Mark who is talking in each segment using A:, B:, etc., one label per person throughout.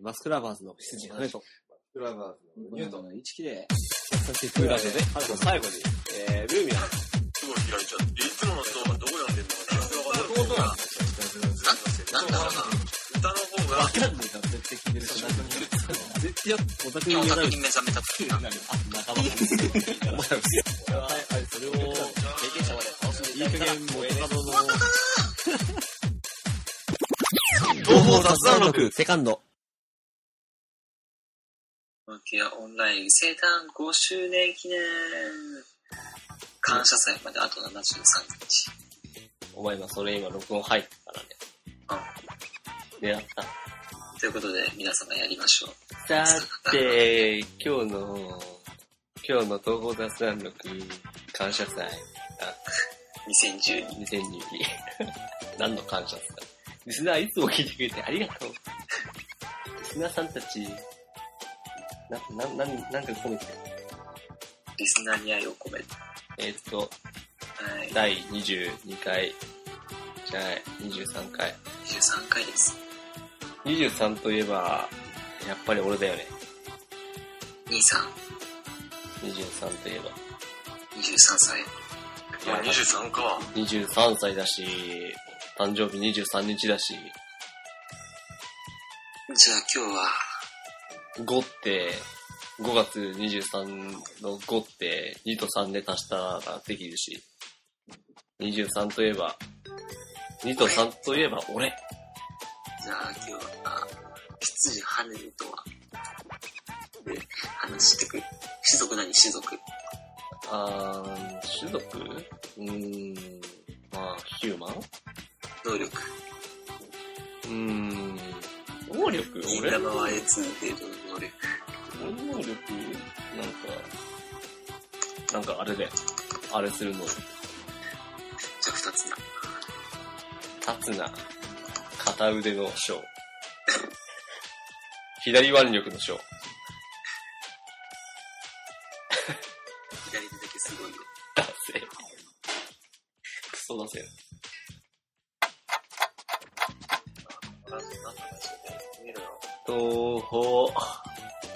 A: マスクラバーズの羊羽と、
B: フラガーズのニュートン。
C: の一期で、
A: 優しい風だとね、あと最後に、えー、ルーミナ
D: すごい開いちゃって、いつもの人がどこ読んでんのかな。もともとなんですよ。なんだろうな。歌の方が、
C: キャンディが絶対決めるし、
A: 絶対やっぱオタクに言
E: 今日
A: えない
E: 作。に目覚めた時なんで、
C: 仲間も
A: それを、
E: 経験者まで楽しんでい
A: いい加
E: ただけたら
A: 減、元カノの、
D: 東方雑談録。
A: セカンド。
E: マキアオンライン生誕5周年記念感謝祭まであと73日。
A: お前今それ今録音入ったからね。狙った。
E: ということで皆様やりましょう。
A: さて、今日の、今日の東方雑談録感謝祭
E: 2012
A: 2021。何の感謝ですかリスナーいつも聞いてくれてありがとう。リスナーさんたち、な、な、な、なんか込めて、
E: リスナーに愛を込めて。
A: えーっと、
E: はい。
A: 第22回、じゃない、23回。
E: 23回です。
A: 23といえば、やっぱり俺だよね。
E: 兄さん、
A: 23といえば。
E: 23歳。
D: いや、23か。
A: 23歳だし、誕生日23日だし、
E: じゃあ今日は、
A: 5って、5月23の5って2と3で足したらできるし、23といえば、2と3といえば俺。
E: じゃあ今日は、羊羽根とは、で話してく。種族何種族。
A: あー、種族うーん、まあ、ヒューマンう
E: 能力。
A: ーん、能力
E: 銀
A: 俺
E: 玉を操る程度の能力。
A: 俺の能力なんか、なんかあれだよ。あれするの。
E: じゃあ二つな。
A: 立つな。片腕の章。左腕力の章。
E: 左手だけすごいよ。
A: だせ。クソだせ。
E: なんなんなんなん見ろよ。
A: 東宝。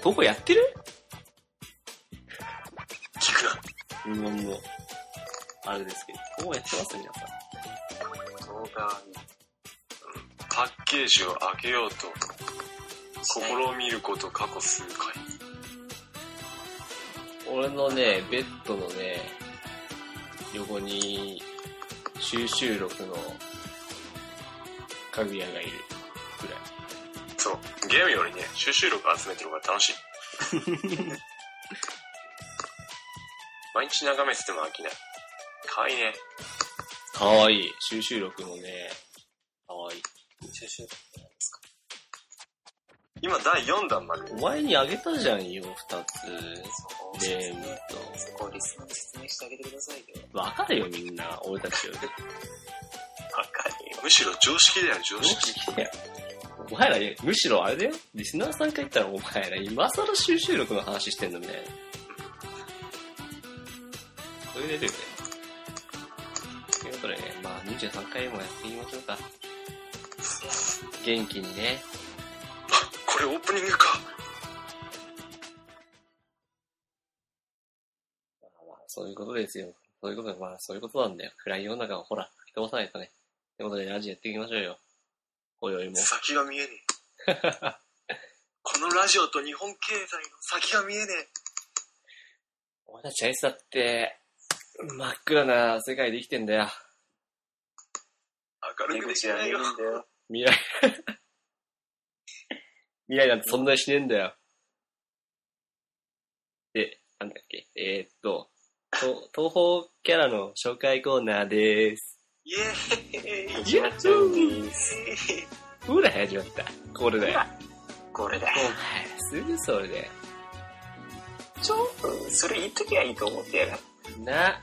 A: 東宝やってる
D: 聞くな。
A: 無言の。あれですけど。東宝やってます皆さん。
E: 動画に
D: パッケージを開けようと、試みること過去数回。
A: 俺のね、ベッドのね、横に、収集録の、かぐやがいる。ぐらい。
D: そう。ゲームよりね、収集力集めてる方が楽 しい。毎日眺めてても飽きない。かわいいね。
A: かわいい。収集録のね、かわいい。
E: 収集ってなんですか
D: 今第4弾まで。
A: お前にあげたじゃんよ、二
E: そこを
A: つ。で、
E: ね、
A: うん
E: そこをリスナーに説明してあげてくださいよ。
A: と、わかるよ、みんな。俺たちより。
E: わかるよ。
D: むしろ常識だよ、常
A: 常
D: 識。
A: 識だよ。お前ら、むしろあれだよ。リスナーさんから言ったら、お前ら今更収集力の話してんのみたいな。そういうレベルだよ。ということでね、まあ23回もやっていきましょうか。元気にね。
D: これオープニングか。
A: まあまあ、そういうことですよ。そういうことで、まあそういうことなんだよ。暗い世の中をほら、吹き飛ばさないとね。ということで、ラジオやっていきましょうよ。今宵も。
D: 先が見えねえ。 このラジオと日本経済の先が見えねえ。
A: 俺たちはいつだって、真っ暗な世界で生きてんだよ。
D: 明るくできないよ。
E: 出口は見えるんだよ。
A: 未来。 未来なんて存在しねえんだよ。で、なんだっけ、えー、っと、と東方キャラの紹介コーナーでーす。
D: イエーイ
A: やっ
E: そうです。
A: ほら、始まった。これだよ。
E: これだ
A: お。前、すぐそれで。
E: ちょっと、それ言っときゃいいと思ってやがっ
A: な。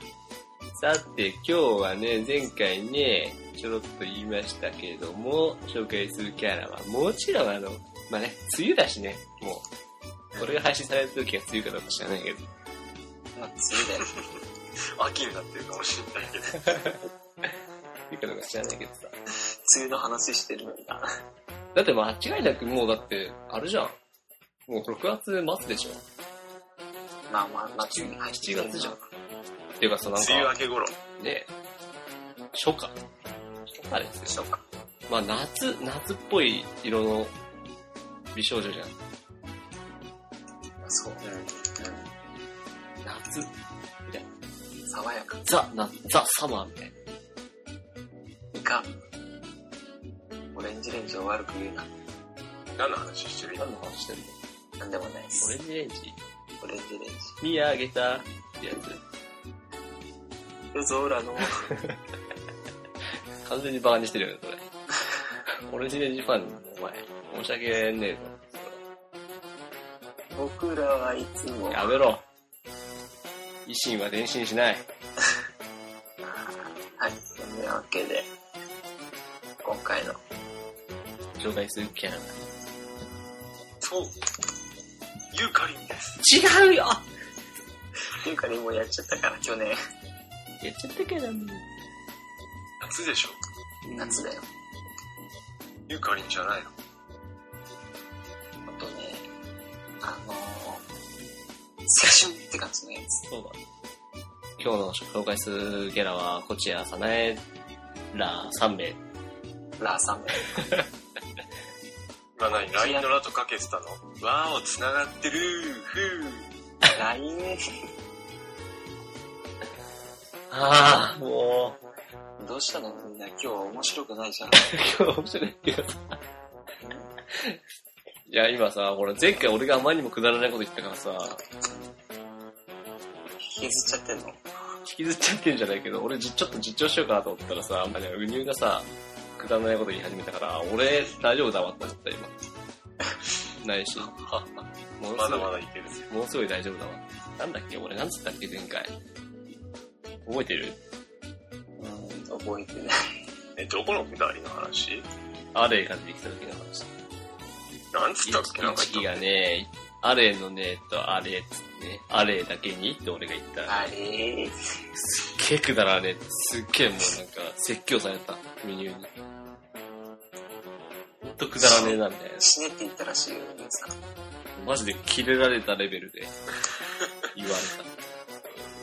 A: さて、今日はね、前回ね、ちょろっと言いましたけれども、紹介するキャラは、もちろんあの、まあね、梅雨だしね、もう。これが配信される時は梅雨かどうか知らないけど。
E: た。まあ、それだよ。
D: 秋になってるかもしれないけど。
A: 梅雨かどうか知らないけどさ。
E: 梅雨の話してるのにな。
A: だって間違いなくもうだって、あれじゃん。もう6月末でしょ。
E: まあまあ、夏に入って
A: 7月じゃん。っていうか、そうなん
D: 梅雨
A: か、
D: 明け頃。
A: ね、初夏。初夏ですよ
E: で。しょうか。
A: まあ夏、夏っぽい色の美少女じゃん。
E: そう。うん。
A: 夏、
E: うん。爽やか。
A: ザ、な、ザ、サマーみたいな。
E: いかん。オレンジレンジを悪く言うな。
D: 何の話してる今。
A: 何の話してるの
E: なんでもないです。
A: オレンジレンジ
E: オレンジレンジ。
A: 見上げたってやつ。
E: 夜空の。
A: 完全にバカにしてるよね、これ。オレンジレンジファン、お前。申し訳ねえぞ。
E: 僕らはいつも。
A: やめろ。維新は前進しない。
E: はい。というわけで、今回の
A: 紹介するキャラが。
D: そう。ユーカリンです。
A: 違うよ
E: っていうか、リンゴやっちゃったから、去年、
A: やっちゃったけど、ね、
D: 夏でしょ。
E: 夏だよ。
D: ユーカリンじゃないの。
E: ほんとね、あのー、青春って感じのやつ。
A: そうだ。今日の紹介するキャラは、こちら、さなえら3名。
E: ラー サム。
D: 今何 ?LINE のラとかけてたのわーお、繋がってるふ
E: ライン
A: ああ、もう、
E: どうしたのみんな今日は面白くないじゃん。
A: 今日面 白いけどさ。いや、今さ、俺前回俺があまりにもくだらないこと言ったからさ、
E: 引きずっちゃってんの
A: 引きずっちゃってんじゃないけど、俺じちょっと実調しようかなと思ったらさ、まあ、うにゅうがさ、くだらないこと言い始めたから、俺大丈夫だわって思った今。 ないし。も
D: ー。
A: の
D: ます
A: ご
D: だ
A: い
D: まだいけるぜ。
A: ものすごい大丈夫だわ。なんだっけ俺なんつったっけ前回。覚えてる
E: うん、覚えてない。
D: え、どこのくだりの話
A: アレイが出てきた時の話。
D: なんつったっけなんか
A: 一気がね、アレイのね、とアレイっつってね、アレイだけにって俺が言ったら、
E: あれー。
A: すっげえくだらねえってすっげえもうなんか説教された、メニューに。ほんとくだらねえなみたいな。
E: 死ねって言ったらしいよ、皆さん。
A: マジでキレられたレベルで言われ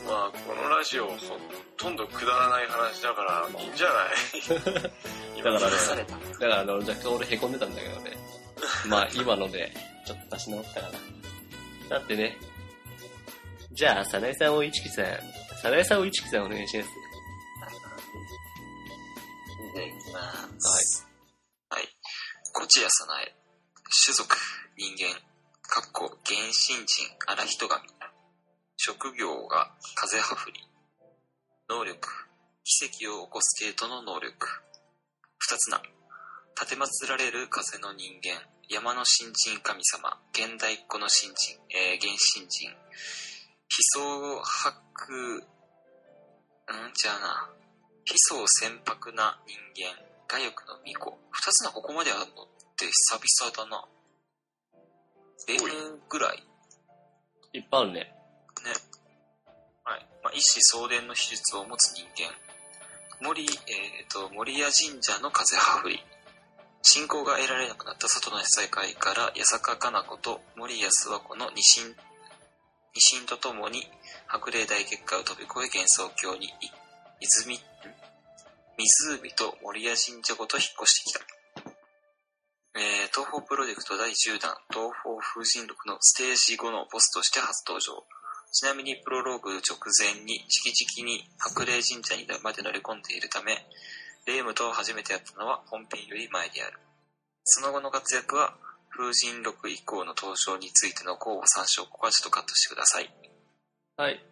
D: まあ、このラジオ、ほとんどくだらない話だから、いいんじゃ ない
A: だからね
E: 許された。
A: た。だからあの若干俺へこんでたんだけどね。まあ今のでちょっと出し直ったかな。だってね、じゃあ、さなえさんをいちきさん、さなえさんをいちきさんお願いします。
E: で、いきます。はい。はい。コチヤサナエ。種族、人間、かっこ、原神人、荒人神。職業が、風はふり。能力、奇跡を起こす程度の能力。二つ名。立てまつられる風の人間、山の新人神様、現代っ子の新人、えー、原神人。悲壮白、うんじゃあな。悲壮船舶な人間、我欲の巫女。二つのここまであるのって久々だな。例年ぐらい。
A: いっぱいあるね。
E: はい。まあ、一子相伝の秘術を持つ人間。森、えー、と、森屋神社の風はふり。信仰が得られなくなった里の再会から、八坂かな子と森安和子の二神、二神とともに、白霊大結界を飛び越え幻想郷に、い泉、ん湖と森屋神社ごと引っ越してきた。えー、東方プロジェクト第10弾、東方風神録のステージ後のボスとして初登場。ちなみにプロローグ直前に、しきじきに白霊神社にまで乗り込んでいるため、霊夢と初めてやったのは本編より前である。その後の活躍は、風神録以降の登場についての候補参照、ここはちょっとカットしてください。
A: はい。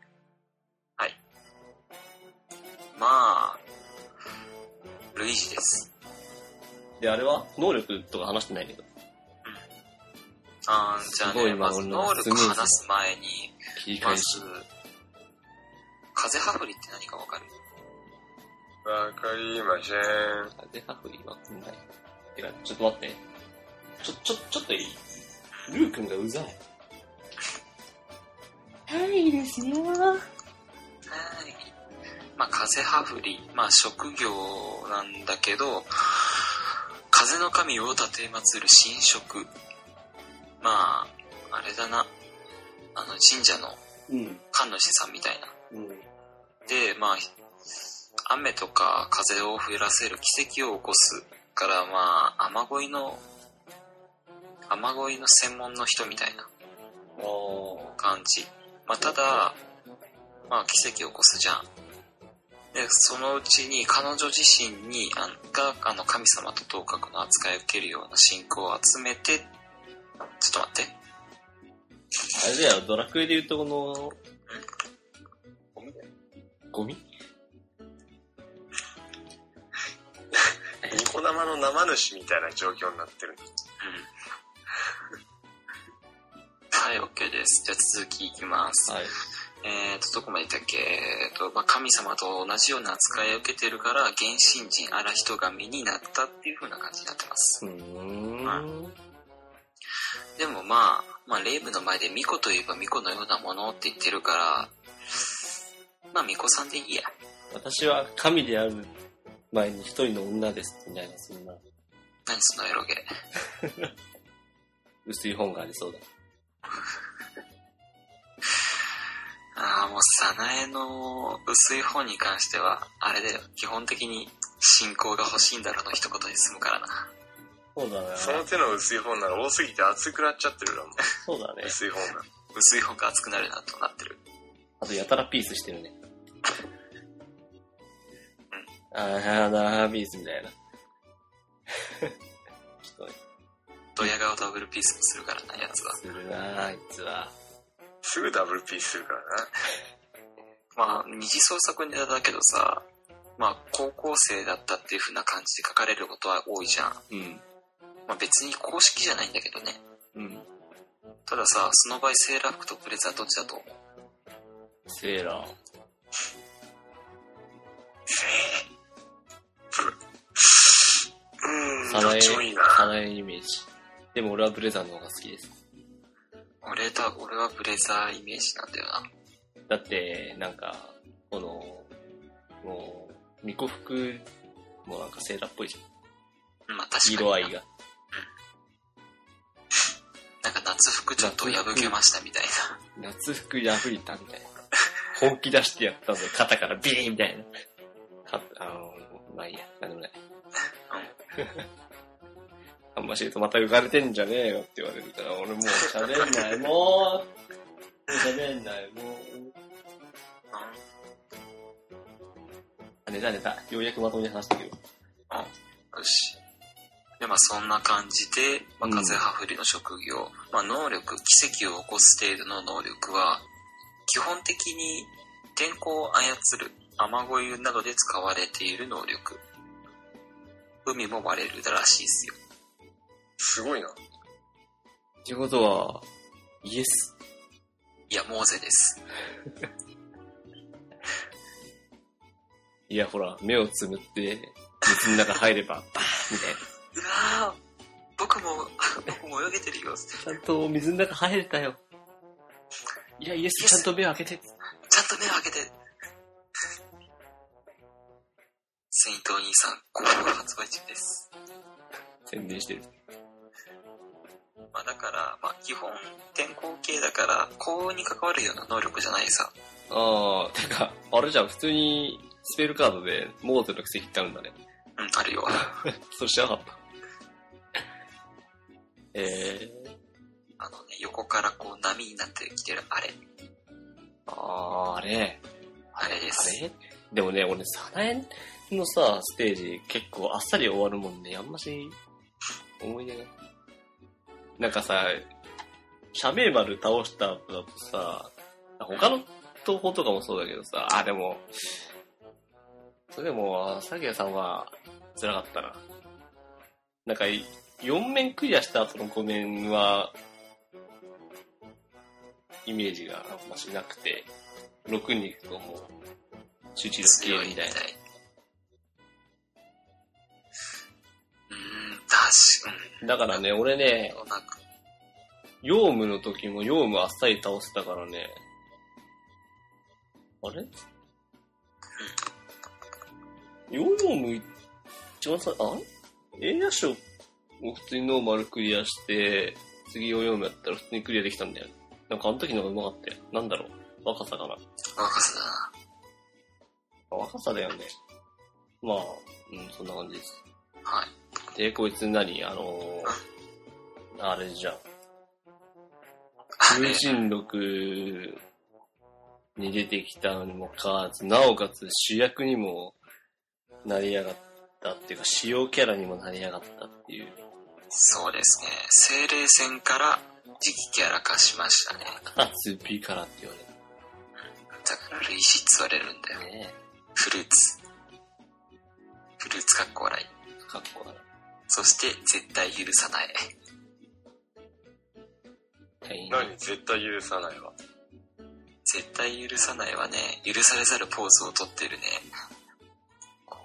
E: まあ、ルイージです。
A: で、あれは能力とか話してないけど。
E: あーじゃあ
A: すごい
E: ね、
A: 今
E: まず
A: 俺の
E: 能力
A: スムーズ
E: 話す前に、
A: 切り
E: ま
A: 返
E: ず
A: し。、
E: 風はふりって何かわかる
D: わかりません。
A: で、ハフリーは来ない。てか、ちょっと待って。ちょ、ちょ、ちょっといいルー君がうざい。はいですよ。
E: はい。まあ、風はふり。まあ、職業なんだけど、風の神を立て祀る神職まああれだなあの神社の
A: うん。
E: 神主さんみたいな
A: うん。
E: でまあ雨とか風を降らせる奇跡を起こすからまあ雨乞いの雨乞いの専門の人みたいな感じ、まあ、ただ、まあ、奇跡を起こすじゃんでそのうちに彼女自身にあんがあの神様と等覚の扱いを受けるような信仰を集めてちょっと待って
A: あれだよ、ドラクエで言うとこの、ゴミ
D: ニコ玉の生主みたいな状況になってる。
E: はい OK ですじゃあ続きいきます
A: はい。
E: えー、と、どこまでいったっけ、えーとまあ、神様と同じような扱いを受けてるから、原神人、荒人神になったっていう風な感じになってます。
A: うーん。
E: でもまあ、まあ、霊部の前で巫女といえば巫女のようなものって言ってるから、まあ、巫女さんでいいや。
A: 私は神である前に一人の女ですみたいな、そんな
E: 何そのエロゲ。
A: 薄い本がありそうだ。
E: ああ、もう、早苗の薄い方に関しては、あれだよ。基本的に信仰が欲しいんだろうの一言に済むからな。
A: そうだ
D: その
A: ね。
D: 手の薄い本なら多すぎて熱くなっちゃっ てるだもん。
A: そうだね。
D: 薄い本が。
E: 薄い方が熱くなるなとなってる。
A: あと、やたらピースしてるね。あーなーピースみ たいな。ちょっ
E: ドヤ顔ダブルピースもするからな、やつは
A: と、。するなあいつは。
D: すぐダブルピースするからな。
E: まあ、二次創作ネタだけどさ、まあ、高校生だったっていう風な感じで書かれることは多いじゃん。
A: うん。
E: まあ、別に公式じゃないんだけどね。
A: うん。
E: たださ、その場合セーラー服とブレザーどっちだと思う
A: セーラー。
D: うー
A: サナ
D: ん、どっ
A: エ、
D: ちもいいな。
A: サナエイメージ。でも俺はブレザーの方が好きです。
E: 俺だ、俺はブレザーイメージなんだよな。
A: だって、なんか、この、もう、巫女服もなんかセーラーっぽいじゃん。
E: うんまあ、確かに。
A: 色合い。が。
E: なんか夏服ちょっと破けましたみたいな。
A: 夏服破いたみたいな。本気出してやったぞ、肩からビーンみたいな。かあの、まあいいや、なんでもない。あんまし言うとまた浮かれてんじゃねえよって言われるから、俺もう喋んない、もう。喋んない、もう。あ、寝た寝た。ようやくまともに話してるよ。
E: うん。よし。で、まあ、そんな感じで、まあ、風ハフリの職業、まあ、能力、奇跡を起こす程度の能力は、基本的に天候を操る雨乞いなどで使われている能力海も割れるらしいですよ
D: すごいな。
A: っていうことは、イエス。
E: いやモーゼです
A: いや、ほら、目をつむって、水の中入れば、バーンみたいな。
E: うわー僕も 僕も泳げてるよち
A: ちゃんと水の中入れたよ。いや、イエス、ちゃんと目を開けて。
E: ゃんと目を開けてセイントお兄さん好評発売中です
A: 宣伝してる。
E: まあ、だから、まあ、基本、天候系だから、幸運に関わるような能力じゃないさ。
A: ああ、てか、あれじゃん、普通に、スペルカードで、モーゼの奇跡ってあるんだね。
E: うん、あるよ。
A: それ知らなかった。 ええ
E: あのね、横からこう波になってきてるあれ。
A: あー、あれ。
E: あれで
A: あ
E: す。
A: れでもね、俺、サナエのさ、ステージ、結構あっさり終わるもんね、あんまし、思い出が。なんかさ、シャメーマル倒した後だとさ、他の東宝とかもそうだけどさ、あ、でも、それでも、サギヤさんは、辛かったな。なんか、4面クリアした後の5面は、イメージがあんましなくて、6に行くともう、集中力切れ
E: 強
A: る
E: い
A: み
E: み
A: た
E: た
A: い
E: い
A: な。。
E: うーん、確
A: だからね、俺ね、
E: かに。なんか、
A: ヨウムの時もヨウムあっさり倒せたからね。あれヨウム一番さ、あれ映画賞を普通にノーマルクリアして、次を読むやったら普通にクリアできたんだよ。なんかあの時のがうまかったよ。なんだろう若さかな。
E: 若さだな。
A: 若さだよね。まあ、うん、そんな感じです。
E: はい。
A: で、こいつ何あのー、あれじゃん。
E: あれ
A: 通信録に出てきたのにもかかわらず、なおかつ主役にもなりやがったっていうか、主要キャラにもなりやがったっていう。
E: そうですね。精霊戦から次期キャラ化しましたね。
A: あ、2P からって言われた
E: だから類似っつわれるんだよ。
A: ね。
E: フルーツ。フルーツかっこ笑い。
A: かっこ悪い。
E: そして絶対許さない。
A: 大変
D: 何絶対許さないわ。
E: 絶対許さないはね、許されざるポーズをとってるね。こ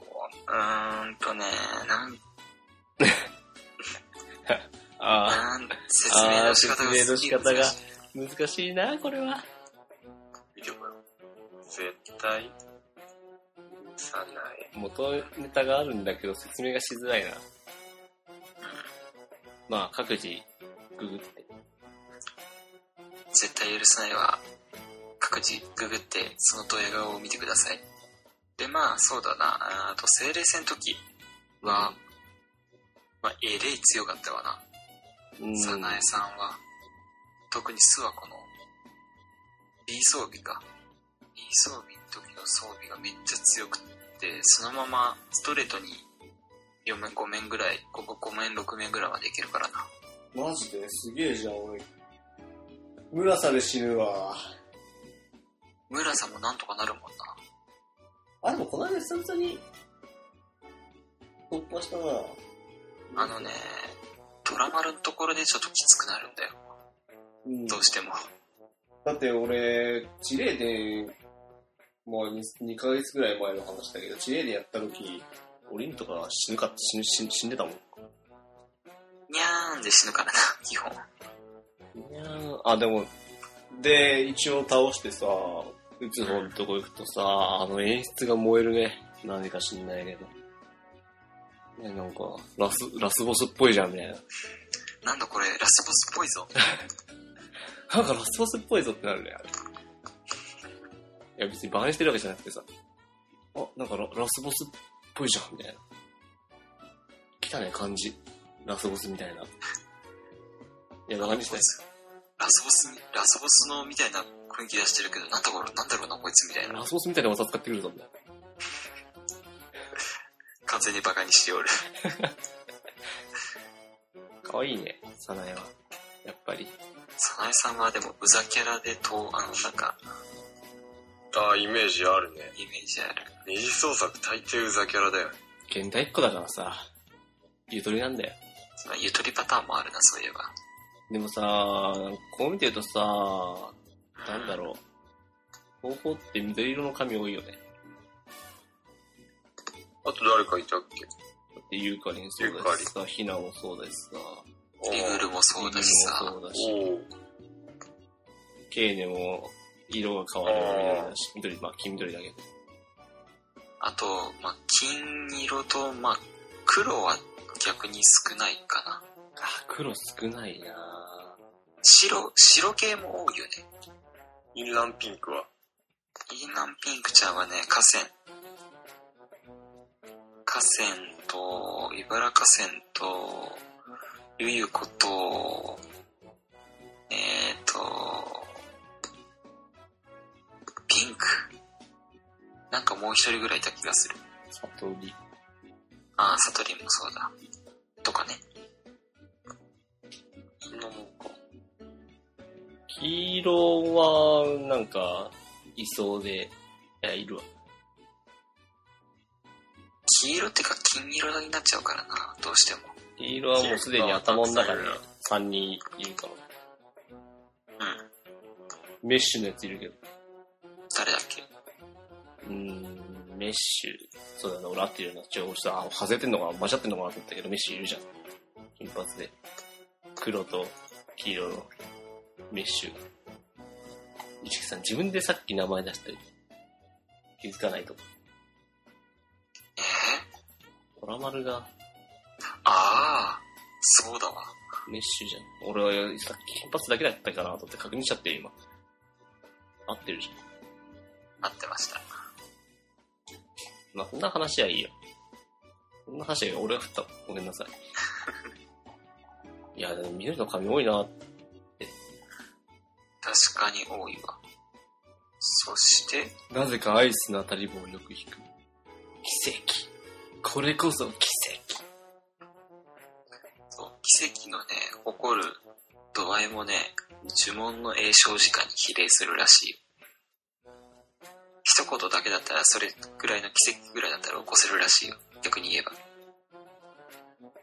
E: ううーんとね、なん、
A: あ
E: なん、説明の仕方が
A: あー説明の仕方が
E: 難しい
A: ー難しいな、これは。
D: 見てもらおう。絶対許さない。
A: 元ネタがあるんだけど、説明がしづらいな。まあ、各自、ググって。
E: 絶対許さないは、各自ググって、その動画を見てください。で、まあ、そうだな。あーあと、精霊戦の時は、まあ、えれい強かったわな。
A: うん
E: 早苗さんは、特に諏訪子の B 装備か B 装備の時の装備がめっちゃ強くってそのままストレートに4面5面ぐらいここ5面6面ぐらいまでいけるからな
B: マジですげえじゃん、俺。村さで死ぬわ。
E: 村さんもなんとかなるもんな
B: あ、でもこの間久々に突破したな。
E: あのねドラマルのところでちょっときつくなるんだよ
B: うん
E: どうしても
B: だって俺、地霊で、もう 2, 2ヶ月ぐらい前の話だけど、地霊でやった時、
A: オリンとか死ぬか、死ぬ、死ぬ死んでたもん。
E: にゃーんで死ぬからな 基本
A: いやーあ、でも、で、一応倒してさ、打つ方のとこ行くとさ、あの演出が燃えるね。何か知んないけど。ね、なんか、ラス、ラスボスっぽいじゃんね。
E: なんだこれラスボスっぽいぞ
A: なんかラスボスっぽいぞってなるね、あれ。いや、別にバカにしてるわけじゃなくてさ、あ、なんかララスボスっぽいじゃん、みたいな。来たね、感じ。ラスボスみたいな。いや、バカにした
E: こい
A: い。
E: つラスボスみラスボスのみたいな雰囲気出してるけどなんだこれなんだろうなこいつみたいな
A: ラスボスみたいな技使ってくるぞ、みたいな。
E: 完全にバカにしておる。
A: 可愛いね、サナエは。やっぱり。
E: 早苗さんはでも、うざキャラでと、あの、なんか、
D: ああ、イメージあるね。
E: イメージある。
D: 二次創作大抵うざキャラだよね。
A: 現代っ子だからさ、ゆとりなんだよ。
E: まあ、ゆとりパターンもあるな、そういえば。
A: でもさ、こう見てるとさ、なんだろう。方法って緑色の髪多いよね。
D: あと誰かいたっけ
A: だってユーカリンそうだしさ、ヒナもそうだしさ、
D: お
E: リグルもそうだし
A: リグ
E: さ
A: も、そうだし、
D: おー
A: ケーネも色が変わる緑だし、緑、まあ黄緑だけど。
E: あと、まあ、金色と、まあ、黒は逆に少ないかな。
A: あ、黒少ないな
E: 白、白系も多いよね。
D: インランピンクは。
E: イーナンピンクちゃんはね、河川。河川と、茨河川と、ゆゆ子と、えーと、ピンク。なんかもう一人ぐらいいた気がする。
A: 悟り。
E: ああ、サトリンもそうだ。とかね。
D: そんなもんか。
A: 黄色は、なんか、いそうで、いや、いるわ。
E: 黄色ってか金色になっちゃうからな、どうしても。
A: 黄色はもうすでに頭の中に3人いるから。
E: うん。
A: メッシュのやついるけど。
E: 誰だっけ
A: うーん、メッシュ。そうだね、俺合ってるような。ちょ、俺さ、あ外れてんのかな間違ってんのかなと思ったけど、メッシュいるじゃん。金髪で。黒と黄色のメッシュ。一木さん、自分でさっき名前出したよ。気づかないと。
E: えー
A: トラマルが、
E: あああ、そうだわ。
A: メッシュじゃん。俺はさっき金髪だけだったかなと思って確認しちゃって今。合ってるじゃ
E: 合ってました。
A: ん。まあ、こんな話はいいよ。こんな話はいいよ。俺が振った。ごめんなさ い。いや、でも緑の髪多いな。
E: 確かに多いわ。そして、
A: なぜかアイスの当たり棒をよく引く。奇跡。これこそ奇跡。
E: そう奇跡のね、起こる度合いもね、呪文の栄唱時間に比例するらしいよ。一言だけだったら、それぐらいの奇跡ぐらいだったら起こせるらしいよ。逆に言えば。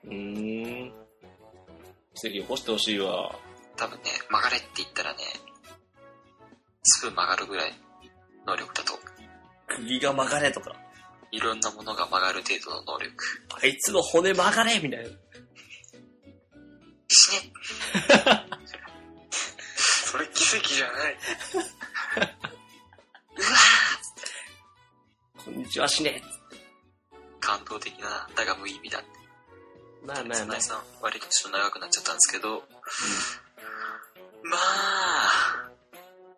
A: うーん。奇跡起こしてほしいわ。
E: 多分ね、曲がれって言ったらね、すぐ曲がるぐらい能力だと。
A: 釘が曲がれとか、
E: いろんなものが曲がる程度の能力。
A: あいつの骨曲がれみたいな。
E: 死ね
D: それ奇跡じゃない。
A: こんにちは、しね
E: 感動的な、だが無意味だって。
A: まあまあ
E: つ
A: ま
E: な
A: あ
E: い。さん、割とちょっと長くなっちゃったんですけど、まあ、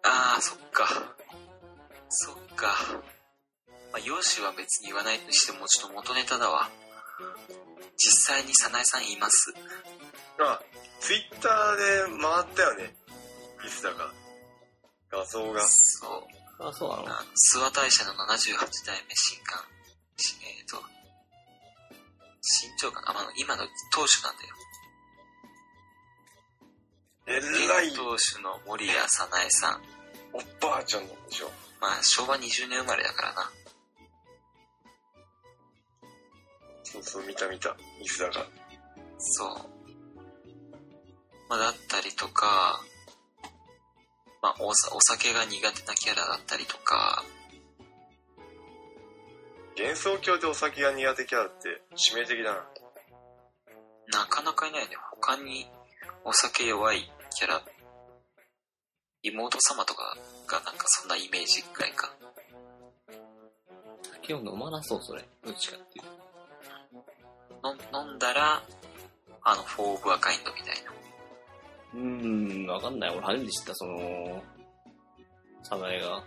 E: ああ、そっか。そっか。まあ、容姿は別に言わないとしても、ちょっと元ネタだわ。実際に早苗さんいます。
D: あ、ツイッターで回ったよね。いつだか。画像が。
E: そう。
A: あ、そうなの
E: あの諏訪大社の78代目神官、しえっ、と、新長官、あ、まあ、今の当主なんだよ。
D: えらい
E: 現当主の森谷早苗さん。
D: おばあちゃんなんでしょ。
E: まあ、昭和20年生まれだからな。
D: そうそう、見た見た。いつだか。
E: そう。まあ、だったりとか、まあ、おさお酒が苦手なキャラだったりとか、
D: 幻想郷でお酒が苦手キャラって致命的だな。
E: なかなかいないね。他にお酒弱いキャラ、妹様とかがなんかそんなイメージくらいか。
A: 酒を飲まなそう、それ。どっちかっていうと。
E: の飲んだら、あの、フォー・オブ・ア・カインドみたいな。
A: うーん、わかんない。俺初めて知った、その、サナエが、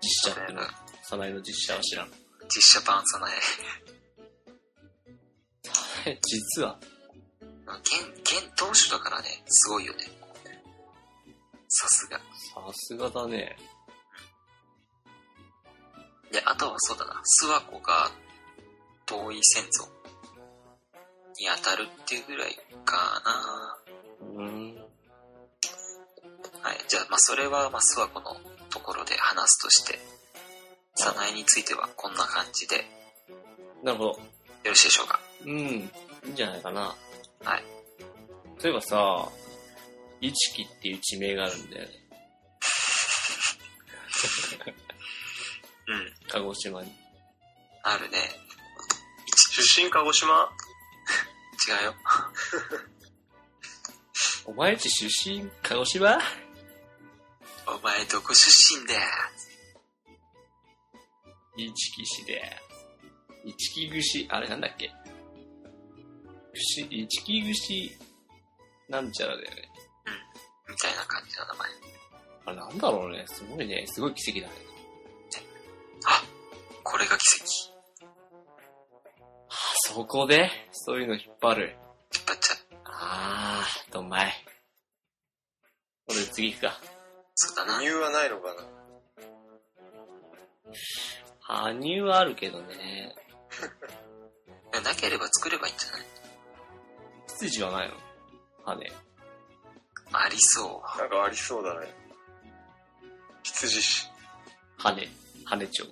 A: 実写っての
E: うん。
A: サナエの実写は知らん。
E: 実写版さない。
A: 実は、
E: 現、現当主だからね、すごいよね。さすが。
A: さすがだね。
E: で、あとはそうだな、諏訪子が遠い先祖に当たるっていうぐらいかな。
A: うーん。
E: はい。じゃあ、まあ、それは、まあ、諏訪子のところで話すとして、早苗についてはこんな感じでよ
A: なるほど。
E: ろしいでしょうか。
A: うん。いいんじゃないかな。
E: はい。
A: そういえばさ、イチキっていう地名があるんだよね。
E: うん。
A: 鹿児島に。
E: あるね。
D: 出身鹿児島
E: 違うよ。
A: お前んち出身、鹿児島
E: お前どこ出身だよ
A: イチキ氏で。イチキ串、あれなんだっけ串、イチキ串、なんちゃらだよね。
E: みたいな感じの名前。
A: あれなんだろうね。すごいね。すごい奇跡だね。
E: あ、これが奇跡。
A: そこで、そういうの引っ張る。
E: 引っ張っちゃう。
A: あー、どんまい。俺次行くか。
E: そうだな。
D: 理由はないのかな
A: 羽生はあるけどね。
E: なければ作ればいいんじゃない
A: 羊はないの羽。
E: ありそう。
D: なんかありそうだね。羊氏。
A: 羽。羽町。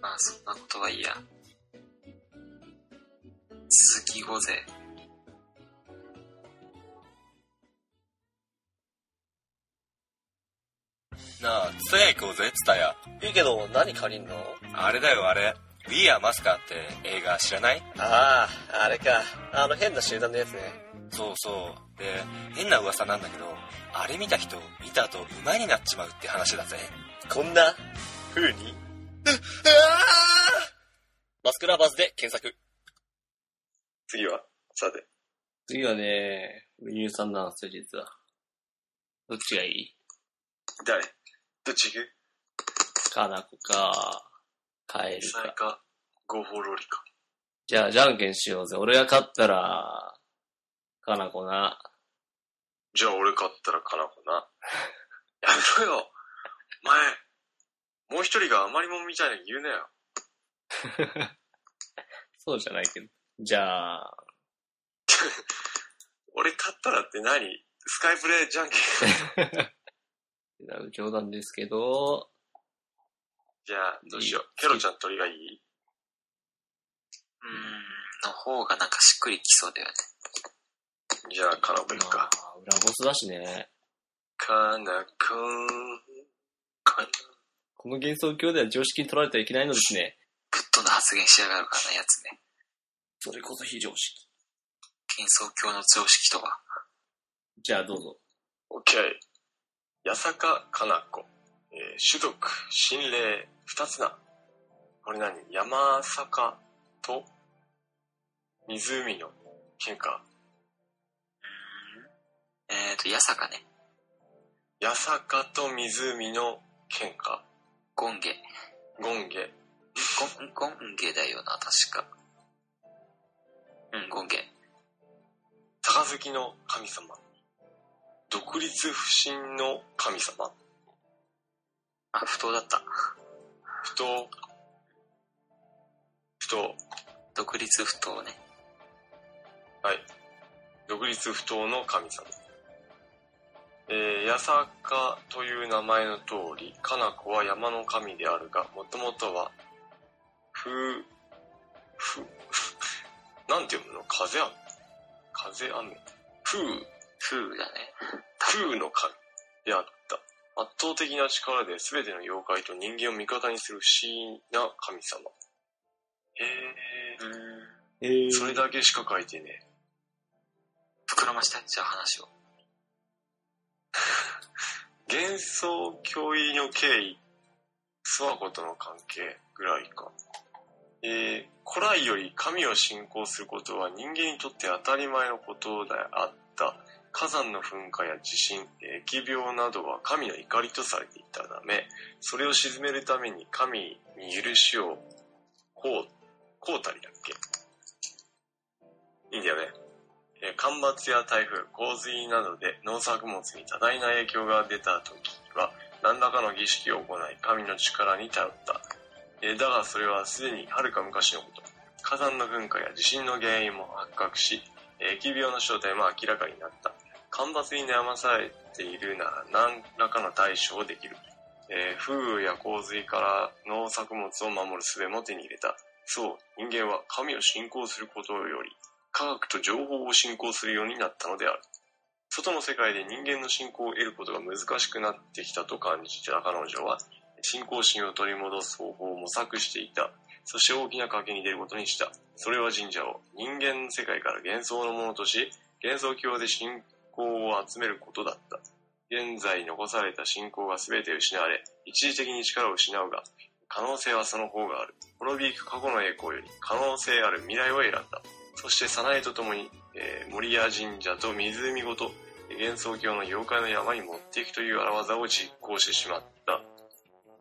E: まあそんなことはいいや。鈴木御前。
F: なあ、ツタヤ行こうぜ、ツタヤ。
B: いいけど、何借りんの
F: あれだよ、あれ。We are Masca って映画知らない
B: ああ、あれか。あの変な集団のやつね。
F: そうそう。で、変な噂なんだけど、あれ見た人、見た後、馬になっちまうって話だぜ。
B: こんな風にマスクラバーズで検索。
D: 次は、さて。
A: 次はね、俺乳酸なんですよ、実は。どっちがいい
D: 誰どっち行く
A: かなこか、カエル
D: サイ
A: か。
D: か、ゴーフォーローリか。
A: じゃあ、じゃんけんしようぜ。俺が勝ったら、かなこな。
D: じゃあ俺勝ったらかなこ な。やめろよ前、もう一人があまりもんみたいなの言うなよ。
A: そうじゃないけど。じゃあ、
D: 俺勝ったらって何スカイプでじゃんけん。
A: 冗談ですけど、
D: じゃあ、どうしよう。ケロちゃん鳥がいいうん、の方がなんかしっくりきそうだよね。じゃあ、カナコい
A: ま
D: くか。
A: あ、裏ボスだしね。
D: カナコカナ
A: この幻想郷では常識に取られてはいけないのですね。
D: ぶっ飛んだ発言しやがるかな、やつね。
A: それこそ非常識。
D: 幻想郷の常識とは。
A: じゃあ、どうぞ。
D: オッケー。八坂かな子、えー、種族、心霊、二つな。これ何山坂と湖の喧嘩。えっ、ー、と、八坂ね。八坂と湖の喧嘩。ゴンゲ。ゴンゲ。ゴン、ゴンゲだよな、確か。うん、ゴンゲ。杯の神様。独立不信の神様あ不当だった不当不当独立不当ねはい独立不当の神様えー、八坂という名前の通りかな子は山の神であるがもともとはふふ なんて読むの風雨風雨風風だね。風の神であった。圧倒的な力で全ての妖怪と人間を味方にする不思議な神様。へ
A: えー
D: え、それだけしか書いてねえ。膨らましたじゃあ話を。幻想教意の経緯、諏訪子との関係ぐらいか。えー、古来より神を信仰することは人間にとって当たり前のことであった。火山の噴火や地震、えー疫病などは神の怒りとされていたため、それを鎮めるために神に許しをこう、こうたりだっけいいんだよね。えー干ばつや台風、洪水などで農作物に多大な影響が出た時は、何らかの儀式を行い神の力に頼った。えーだがそれはすでにはるか昔のこと。火山の噴火や地震の原因も発覚し、えー疫病の正体も明らかになった。干ばつに悩まされているなら何らかの対処をできる。えー風雨や洪水から農作物を守る術も手に入れた。そう、人間は神を信仰することより、科学と情報を信仰するようになったのである。外の世界で人間の信仰を得ることが難しくなってきたと感じた彼女は、信仰心を取り戻す方法を模索していた。そして大きな賭けに出ることにした。それは神社を人間の世界から幻想のものとし、幻想郷で信仰を集めることだった。現在残された信仰が全て失われ、一時的に力を失うが、可能性はその方がある。滅びゆく過去の栄光より可能性ある未来を選んだ。そして早苗と共に、えー森屋神社と湖ごと幻想郷の妖怪の山に持っていくという荒技を実行してしまった。へ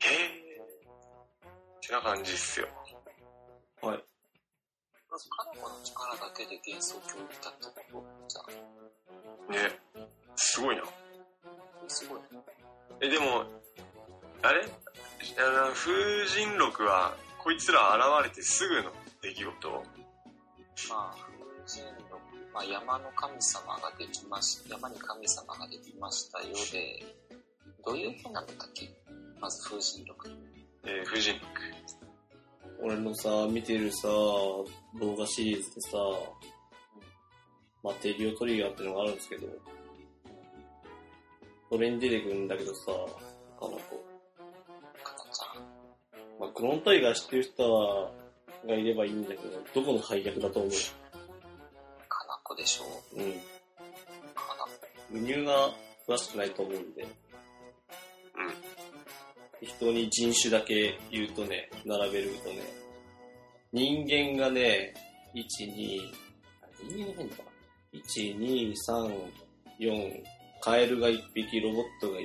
D: え。ってな感じっすよ。
A: はい。
D: まず、カナコの力だけで幻想郷に行ったってことじゃね。すごいな。すごい。え、でも、あれあの風神録は、こいつら現れてすぐの出来事まあ、風神録、まあ、山の神様ができまし、山に神様ができましたようで、どういう本なんだったっけまず風神録。
G: えー、夫人。
A: 俺のさ、見てるさ、動画シリーズでさ、マテリオトリガーってのがあるんですけど、それに出てくるんだけどさ、あの子。
D: かなちゃん。
A: まあ、クロンタイガー知ってる人はがいればいいんだけど、どこの配役だと思
D: かなこでしょう
A: ううん。
D: かな。
A: 無乳が詳しくないと思うんで。適当に人種だけ言うとね、並べるとね、人間がね、1、2、
B: 人間が変だから。1、2、3、4、カエルが1匹、ロボットが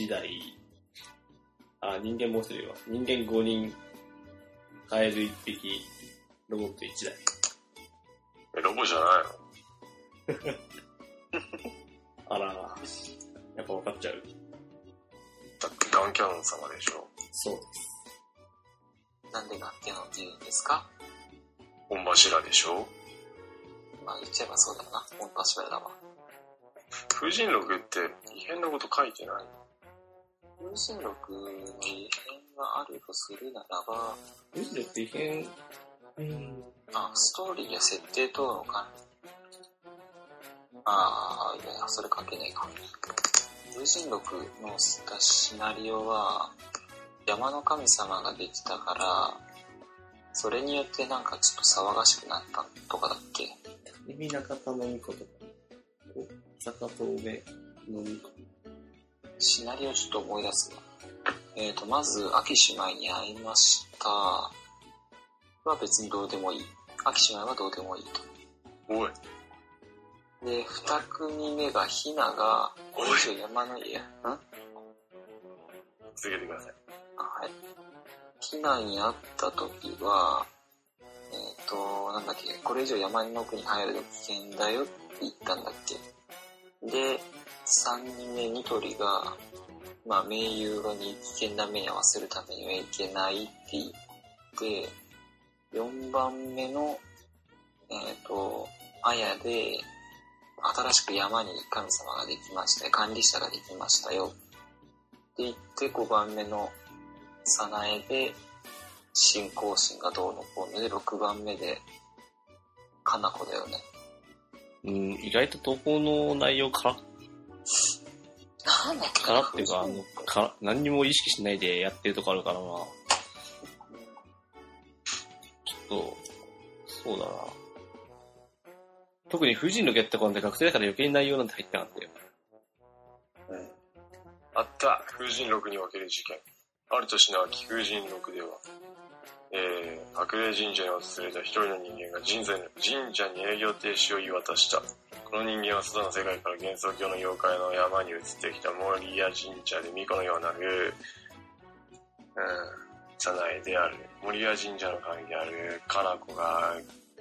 B: 1台。あ、人間もう一人いるわ。人間5人、カエル1匹、ロボット1台。
D: え、ロボじゃないの
B: あら、やっぱ分かっちゃう。
D: だってガンキャノン様でしょ。
B: そう。
E: なんでガッキャノンって言うんですか
D: 本柱でしょ。
E: まあ言っちゃえばそうだな。本柱だわ。
D: 風神録って異変なこと書いてない
E: 風神録に異変があるとするならば、
B: むしろ異変、うん、
E: あ、ストーリーや設定等の関ああ、いやいや、それ関係ないか。風神録のシナリオは、山の神様ができたから、それによってなんかちょっと騒がしくなったとかだっけ
B: 意味なかった飲み子とか、お坂と梅飲み子。
E: シナリオちょっと思い出すわ。えっ、と、まず、秋姉妹に会いました。は別にどうでもいい。秋姉妹はどうでもいいと。
D: おい、
E: で、二組目が、ひなが、
D: おい
E: 山の家、んあ
D: 続けてください。
E: はい。ひなに会った時は、えっ、と、なんだっけ、これ以上山の奥に入ると危険だよって言ったんだっけ。で、三人目、ニトリが、まあ、名優がに危険な目に合わせるためにはいけないって言って、四番目の、えっ、と、あやで、新しく山に神様ができましたよ管理者ができましたよ。って言って、5番目の早苗で、信仰心がどうのこうので、6番目で、かなこだよね。
B: うん、意外と投稿の内容から
E: なんだっけ
B: からっていうか、あのか何にも意識しないでやってるとこあるからな。ちょっと、そうだな。特に婦人のゲットコンで学生だから余計に内容なんて入ってなかったよ。
D: あった風神録に分ける事件。ある年の秋風神録では、えー、悪霊神社に訪れた一人の人間が神社に神社に営業停止を言い渡した。この人間は外の世界から幻想郷の妖怪の山に移ってきたモリア神社で巫女のようなる、うん、さないである。森屋神社の神である、かなこが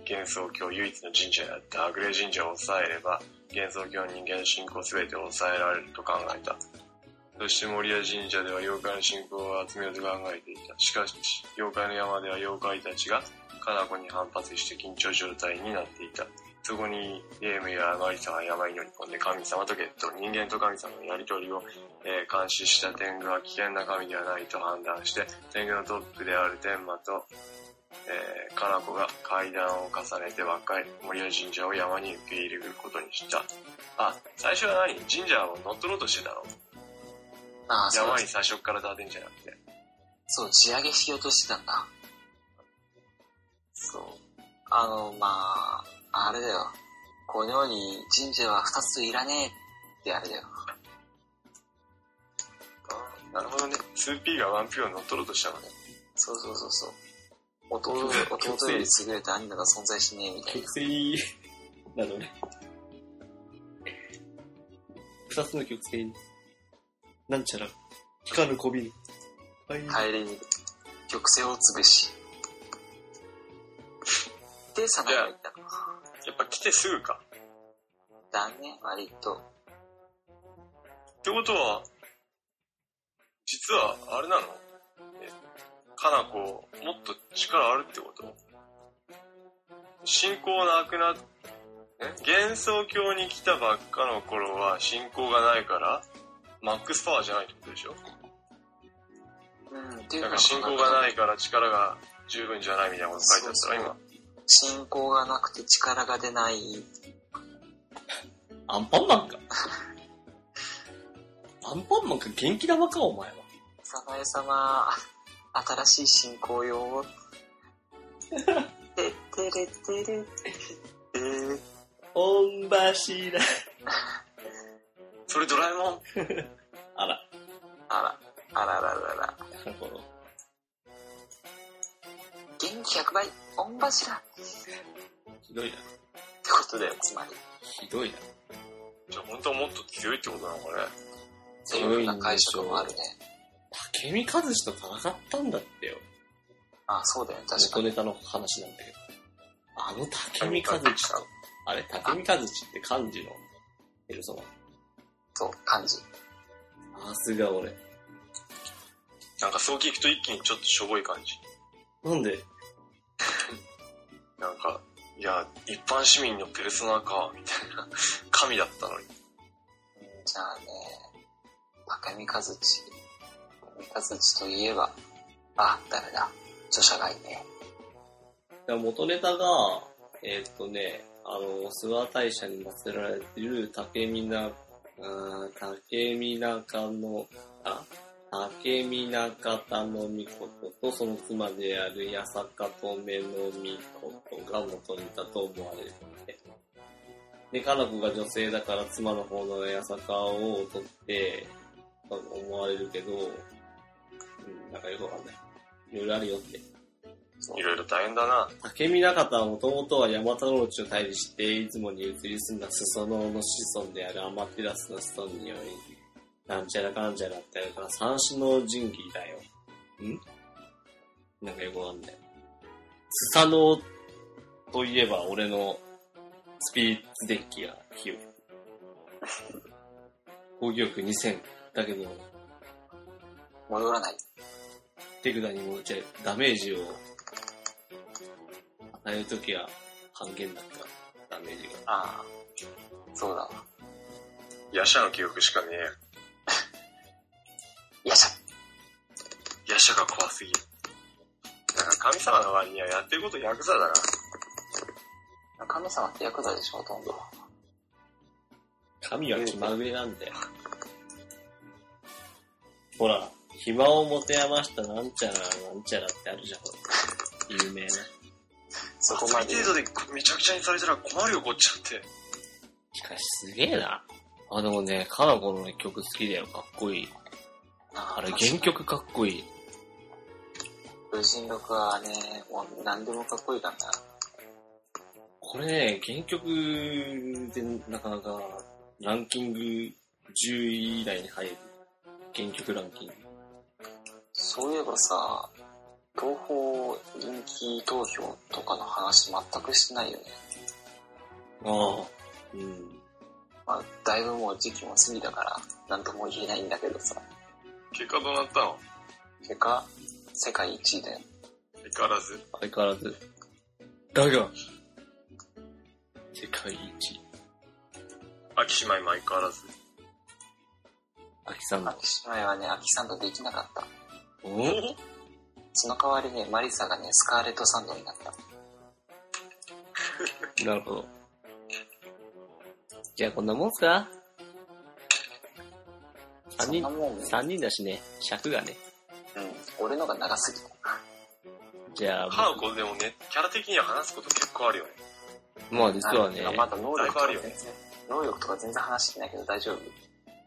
D: 幻想郷唯一の神社であった悪霊神社を抑えれば、幻想郷の人間の信仰すべてを抑えられると考えた。そして森屋神社では妖怪の信仰を集めようと考えていた。しかし、妖怪の山では妖怪たちが、かなこに反発して緊張状態になっていた。そこに、霊夢やマリサが山に乗り込んで神様と決闘、人間と神様のやりとりを、えー監視した天狗は危険な神ではないと判断して、天狗のトップである天馬と、えー、かなこが階段を重ねてばっかり、森屋神社を山に受け入れることにした。あ、最初は何神社を乗っ取ろうとしてたの
E: ああ、そう
D: 山
E: だ
D: に最初から立てんじゃなくて。
E: そう、地上げしようとしてたんだ。そう。あの、まあ、あれだよ。この世に神社は二ついらねえってあれだよ。
D: なるほどね。2P が 1P を乗っ取ろうとしたのね。
E: そうそうそうそう。弟より弟より優れた兄だが存在しねえみたいな。
B: 曲線 なのね。二つの曲線なんちゃら、光るこびる。はい。
E: 帰りに曲線を潰し。で、さなが言ったの。
D: やっぱ来てすぐか。
E: だね、割と。
D: ってことは、実は、あれなのえ、かなこ、もっと力あるってこと信仰なくなっ、え幻想郷に来たばっかの頃は信仰がないから、マックスパワーじゃないってことでしょ
E: うん、っていう
D: なん
E: か
D: か信仰がないから力が十分じゃないみたいなこと書いてあったら、今。
E: 信仰がなくて力が出ない。
B: アンパンマンか。アンパンマンか元気玉か、お前は。
E: サナエ様、新しい信仰用を。てってれってれってれ。
B: 御柱。
D: それドラえもん
B: あら、
E: あら、あらららら。
B: なるほど。
E: 元元気100倍、御柱っ
A: ひどいな。
E: てことだよ、つまり。
A: ひどいな。
D: じゃあ本当はもっと強いってことなのかね。
E: そういうふうな解釈もあるね。
A: 竹見和志と戦ったんだってよ。
E: あ、そうだよね、確か
A: 元
E: に。
A: ネタの話なんだけど。あの竹見和志と、あれ、竹見和志って漢字のペルソ
E: そう、漢字。
A: ナ。さすが俺。
D: なんかそう聞くと一気にちょっとしょぼい感じ。
A: なんで、
D: なんか、いや、一般市民のペルソナか、みたいな。 神だったのに。
E: じゃあね、竹三和地。三和地といえば、あ、ダメだ。著者がいね。
A: だから元ネタが、えーっとね、あの、諏訪大社に祀られてる竹見な、うん、竹見中の、あ、竹見中田の御事とその妻である八坂留めの御事が元ネタと思われるね。で、かな子が女性だから妻の方の八坂を取って、と思われるけど、うん、なんかよくわかんない。いろいろあるよって。
D: いろいろ大変だな。
A: 竹見中田はもともとは山田の内を対峙して、いつもに移り住んだ裾野の子孫であるアマテラスの子孫により、なんちゃらかんちゃらってあるから、三種の神器だよ。んなんかよくわかんない。スサノといえば俺のスピリッツデッキが火を。防御力2000。だけど、
E: 戻らない。
A: 手札にも、じゃダメージを与えるときは半減だった。ダメージが。
E: ああ、そうだわ。
D: 夜叉の記憶しかねえ。
E: よいしょ。
D: 夜叉が怖すぎる。なんか神様の割にはやってることヤクザだな。
E: 神様ってヤクザでしょ、ほとんど。
A: 神は気まぐれなんだよ。ほら、暇を持て余したなんちゃらなんちゃらってあるじゃん。有名な。
E: そこま
D: 最
E: で。
D: 低度でめちゃくちゃにされたら困るよ、こっちだって。
A: しかしすげえな。あ、でもね、かなこのね曲好きだよ。かっこいい。あ
E: あ
A: れ、原。曲かっこいい。
E: 風神録はね、もう何でもかっこいいからな。
A: これね、原曲でなかなかランキング10位以内に入る。原曲ランキング。
E: そういえばさ、東方人気投票とかの話全くしてないよね。
A: ああ。うん。
E: まあ、だいぶもう時期も過ぎだから、なんとも言えないんだけどさ。
D: 結果どうなったの
E: 結果、世界一位だよ。
D: 相変わらず。
A: 相変わらず。だが、世界一。
D: 秋姉妹も相変わらず。
A: 秋さんだ。
E: 秋姉妹はね、秋サンドできなかった。
A: お
E: その代わりね、マリサがね、スカーレットサンドになった。
A: なるほど。じゃあこんなもんすか
E: そ
A: 三
E: んな
A: 人、
E: もんね。
A: 三人だしね、尺がね。
E: うん。俺のが長すぎた。
A: じゃ
D: カ
A: あ、
D: ナコでもね、キャラ的には話すこと結構あるよね。
A: まあ実はね、
E: なんか
A: あ
E: まだ能力とか
D: だいぶある
E: 全
D: よね
E: 然、能力とか全然話してないけど大丈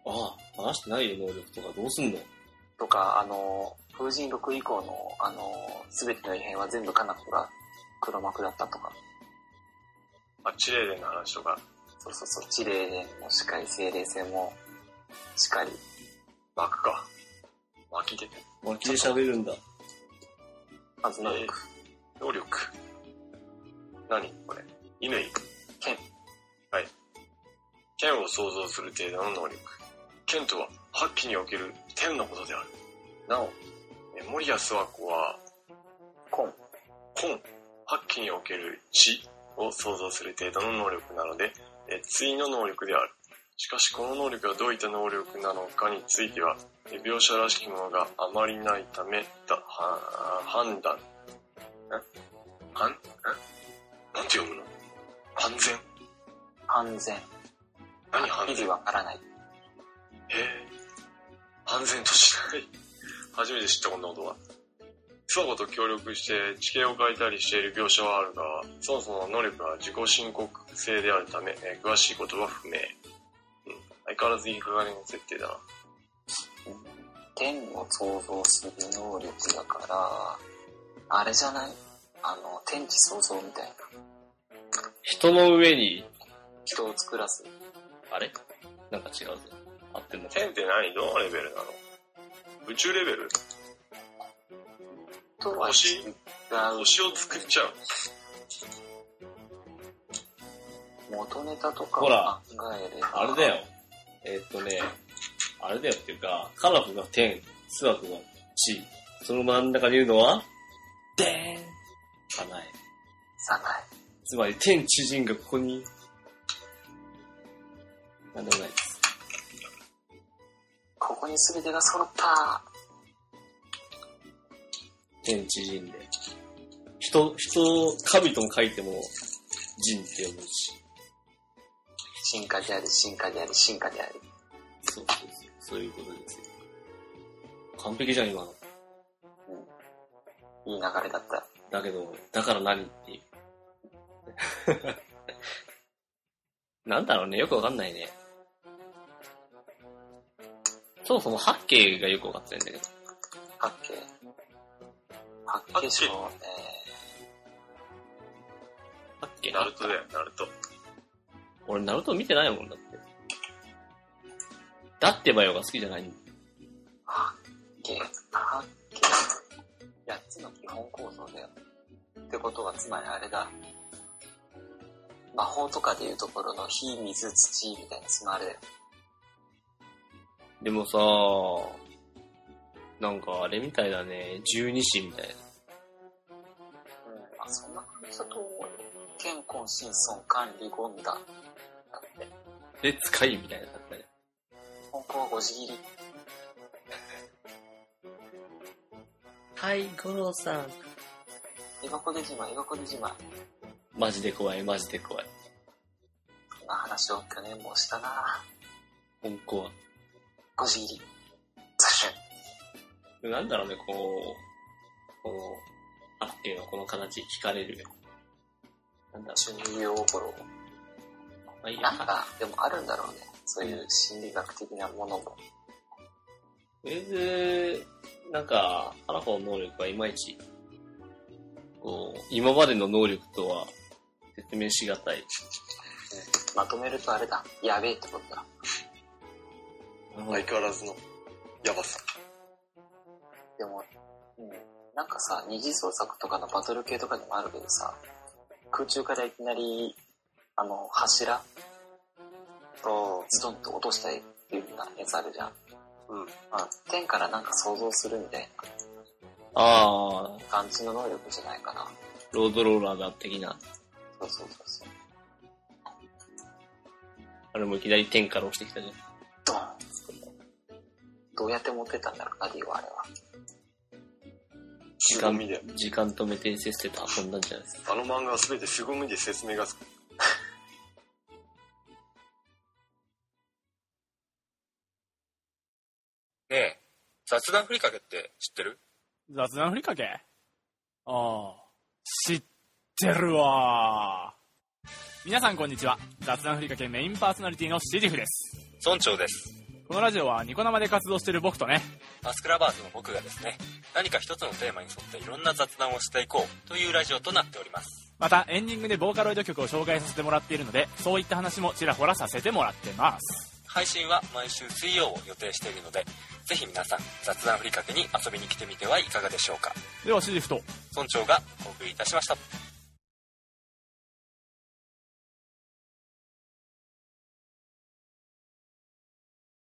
E: 夫
A: あ、話してないよ、能力とかどうすんの
E: とか、あの、風神6以降の、あの、すべての異変は全部かな子が黒幕だったとか、
D: あ、チレーデンの話とか。
E: そうそうそう、地霊伝もしっかり、精霊戦もしっかり、
D: 幕か。巻き出てる。
A: 脇で喋るんだ。
E: まず能力、
D: 能力。何これ。犬。
E: 剣。
D: はい。剣を創造する程度の能力。剣とは、八鬼における天のことである。なお、え森谷諏訪子は、
E: コン、
D: 本、八鬼における知を想像する程度の能力なので、えー対の能力である。しかしこの能力がどういった能力なのかについては、えー描写らしきものがあまりないためだ、は判断。んはんんなんて読むの安全
E: 安全、
D: 何安
E: 意味
D: 全
E: わからない。
D: へえ。安全としない。 初めて知ったこんなことは。諏訪子と協力して地形を変えたりしている描写はあるが、そもそも能力は自己申告制であるため、えー詳しいことは不明。うん。相変わらずいい加減の設定だな。
E: 天を創造する能力だから、あれじゃないあの、天地創造みたいな
A: 人の上に、
E: 人を作らず、
A: あれなんか違うぞ。合ってんのか
D: 天って何どのレベルなの宇宙レベル
E: とは
D: 星
E: 違う
D: 星を作っちゃう。
E: 元ネタとかを
A: ほ
E: 考
A: ら
E: えれば。
A: あれだよ。えーっとね、あれだよっていうか、カラフが天、スワクが地、その真ん中にいるのは、でーんかない。
E: さない。
A: つまり天地人がここに、なんでもないです。
E: ここに全てが揃った。
A: 天地人で。人、人、神とも書いても、人って読むし。
E: 進化であり、進化であり、進化であり。
A: そうそうそう。そういうことですよ。完璧じゃん、今の。
E: いい流れだった。
A: だけど、だから何っていう。 なんだろうね、よくわかんないね。そもそも八景がよくわかってないんだけど。
E: 八景。八景賞ね。
A: 八景
D: ナルトだよ、ナルト。
A: 俺、ナルト見てないもんだって。だってばよが好きじゃないんだ。
E: 八景。八景。八つの基本構造だよ。ってことは、つまりあれだ。魔法とかでいうところの火、水、土みたいな、そのあれだよ。
A: でもさなんかあれみたいだね。十二支みたいな。
E: うん、まあそんな感じだと思うよ。健康、心尊、管理、ゴンダ。だって、
A: で、使いみたいなだったね。
E: 本当はごじ切り。
A: はい、五郎さん。
E: エバコデジマ、エバコデジマ。
A: マジで怖い、マジで怖い。
E: こんな話を去年もしたな
A: 本怖は。
E: ごじ切り。ズシュン。
A: なんだろうね、こう、この、八景のこの形聞かれる。なんだろ
E: 中二病頃。
A: う、まあいいや
E: なんか、でもあるんだろうね。そういう心理学的なものも。
A: とりあえず、なんか、ハラホの能力はいまいち、こう、今までの能力とは説明しがたい。
E: まとめるとあれだ。やべえってことだ。
D: 相変わらずのヤバさ。
E: でも、うん。なんかさ、二次創作とかのバトル系とかにもあるけどさ、空中からいきなり、あの、柱
D: あ
E: ズドンと落としたいっていうようなやつあるじゃん。
D: うん
E: まあ、天からなんか想像するみたい
A: あー
E: な、感じの能力じゃないかな。
A: ロードローラーだ的な。
E: そうそうそうそう。
A: あれもいきなり天から落ちてきたじゃん。
E: ドーンどうやって持ってったんだろうな、ディゴあれは。
A: 時
D: 凄みだよ。
A: 間、時間止めてせっせと遊んだんじゃないですか。
D: あの漫画は全て凄みで説明がつく。
F: ねえ、雑談ふりかけって知ってる
H: 雑談ふりかけああ、知ってるわ。皆さんこんにちは。雑談ふりかけメインパーソナリティのシリフです。
F: 村長です。
H: このラジオはニコ生で活動してる僕とね、
F: アスクラバーズの僕がですね、何か一つのテーマに沿っていろんな雑談をしていこうというラジオとなっております。
H: またエンディングでボーカロイド曲を紹介させてもらっているので、そういった話もちらほらさせてもらってます。
F: 配信は毎週水曜を予定しているので、ぜひ皆さん雑談ふりかけに遊びに来てみてはいかがでしょうか。
H: ではシリフと、
F: 村長がお送りいたしました。